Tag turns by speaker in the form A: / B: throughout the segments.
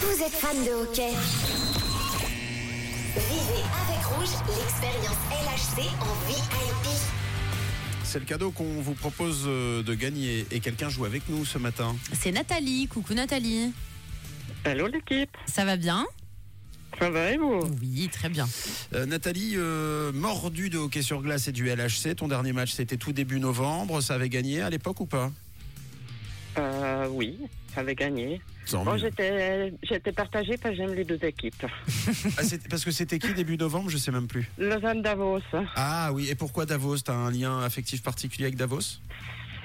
A: Vous êtes fan de hockey Vivez avec Rouge l'expérience LHC en VIP.
B: C'est le cadeau qu'on vous propose euh, de gagner et quelqu'un joue avec nous ce matin.
C: C'est Nathalie. Coucou Nathalie.
D: Allô l'équipe,
C: Ça va bien
D: ça va et vous
C: Oui, très bien.
B: Euh, Nathalie, euh, mordue de hockey sur glace et du LHC, ton dernier match c'était tout début novembre, ça avait gagné à l'époque ou pas
D: euh, Oui, j'avais gagné.
B: Tant
D: Bon,
B: mieux.
D: j'étais j'étais partagée parce que j'aime les deux équipes.
B: Ah, c'est- Parce que c'était qui début novembre, je sais même plus.
D: Lausanne Davos,
B: Ah oui, et pourquoi Davos T'as un lien affectif particulier avec Davos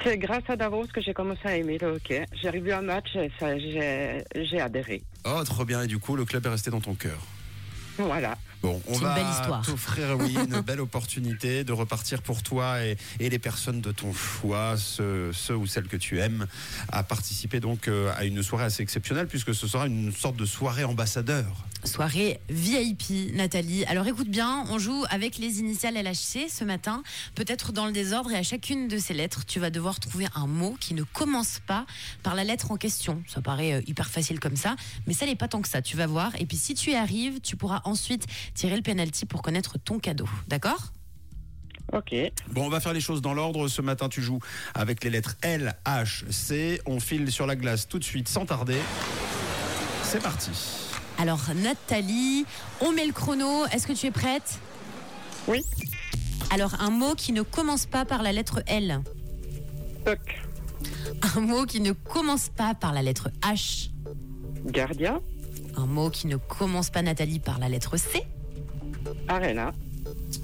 D: c'est grâce à Davos que j'ai commencé à aimer le hockey. J'ai revu un match et ça, j'ai j'ai adhéré.
B: Oh, trop bien, et du coup le club est resté dans ton cœur.
D: Voilà.
B: Bon, on
C: C'est une
B: va
C: belle histoire.
B: t'offrir oui, une belle opportunité de repartir pour toi et, et les personnes de ton choix, ceux, ceux ou celles que tu aimes, à participer donc euh, à une soirée assez exceptionnelle puisque ce sera une sorte de soirée ambassadeur.
C: Soirée VIP, Nathalie. Alors écoute bien, on joue avec les initiales LHC ce matin, peut-être dans le désordre, et à chacune de ces lettres, tu vas devoir trouver un mot qui ne commence pas par la lettre en question. Ça paraît euh, hyper facile comme ça, mais ça n'est pas tant que ça, tu vas voir. Et puis si tu y arrives, tu pourras ensuite tirer le penalty pour connaître ton cadeau. D'accord
D: Ok.
B: Bon, on va faire les choses dans l'ordre. Ce matin, tu joues avec les lettres L, H, C. On file sur la glace tout de suite, sans tarder. C'est parti.
C: Alors Nathalie, on met le chrono, est-ce que tu es prête
D: Oui.
C: Alors un mot qui ne commence pas par la lettre L.
D: Puck,
C: Un mot qui ne commence pas par la lettre H.
D: gardien,
C: Un mot qui ne commence pas, Nathalie, par la lettre C.
D: arena.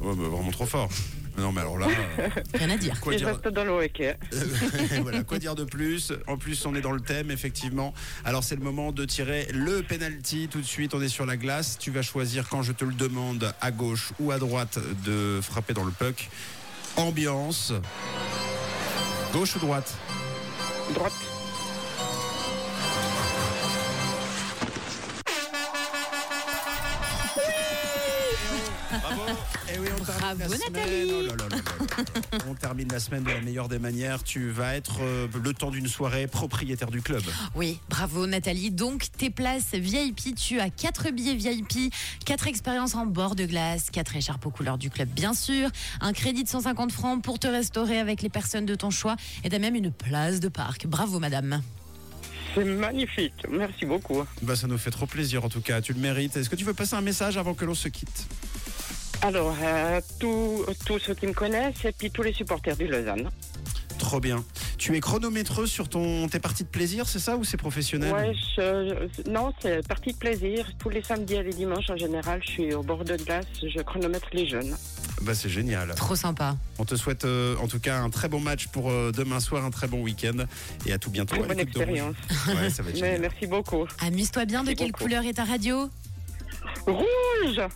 B: Oh, bah, vraiment trop fort. Non, mais alors là, euh,
C: Rien à dire.
B: quoi
D: et je
B: dire
D: reste dans le hockey.
B: Euh, voilà, quoi dire de plus En plus, on est dans le thème, effectivement. Alors, c'est le moment de tirer le penalty. Tout de suite, on est sur la glace. Tu vas choisir, quand je te le demande, à gauche ou à droite, de frapper dans le puck. Ambiance. Gauche ou droite
D: Droite,
B: Bravo. Et Eh oui, on termine
C: Bravo,
B: la semaine.
C: Nathalie.
B: Oh là là là là là. On termine la semaine de la meilleure des manières. Tu vas être euh, le temps d'une soirée propriétaire du club.
C: Oui, bravo Nathalie. Donc, tes places VIP, tu as 4 billets VIP, 4 expériences en bord de glace, 4 écharpes aux couleurs du club, bien sûr, un crédit de 150 francs pour te restaurer avec les personnes de ton choix et t'as même une place de parc. Bravo, madame.
D: c'est magnifique. Merci beaucoup.
B: Bah, ça nous fait trop plaisir en tout cas. Tu le mérites. Est-ce que tu veux passer un message avant que l'on se quitte
D: Alors, euh, tous tous ceux qui me connaissent et puis tous les supporters du Lausanne.
B: Trop bien. Tu es chronométreux sur ton tes parties de plaisir, c'est ça ou c'est professionnel
D: Ouais, je- je- non, c'est parti de plaisir. Tous les samedis et les dimanches, en général, je suis au bord de glace, je chronomètre les jeunes.
B: Bah c'est génial.
C: Trop sympa.
B: On te souhaite euh, en tout cas un très bon match pour euh, demain soir, un très bon week-end et à tout bientôt.
D: Très
B: à
D: bonne
B: l'écoute de Rouge.
D: expérience.
B: Ouais, ça va être
D: Mais
B: Bah, génial.
D: merci beaucoup.
C: Amuse-toi bien. De
D: Merci
C: quelle
D: beaucoup.
C: couleur est ta radio
D: Rouge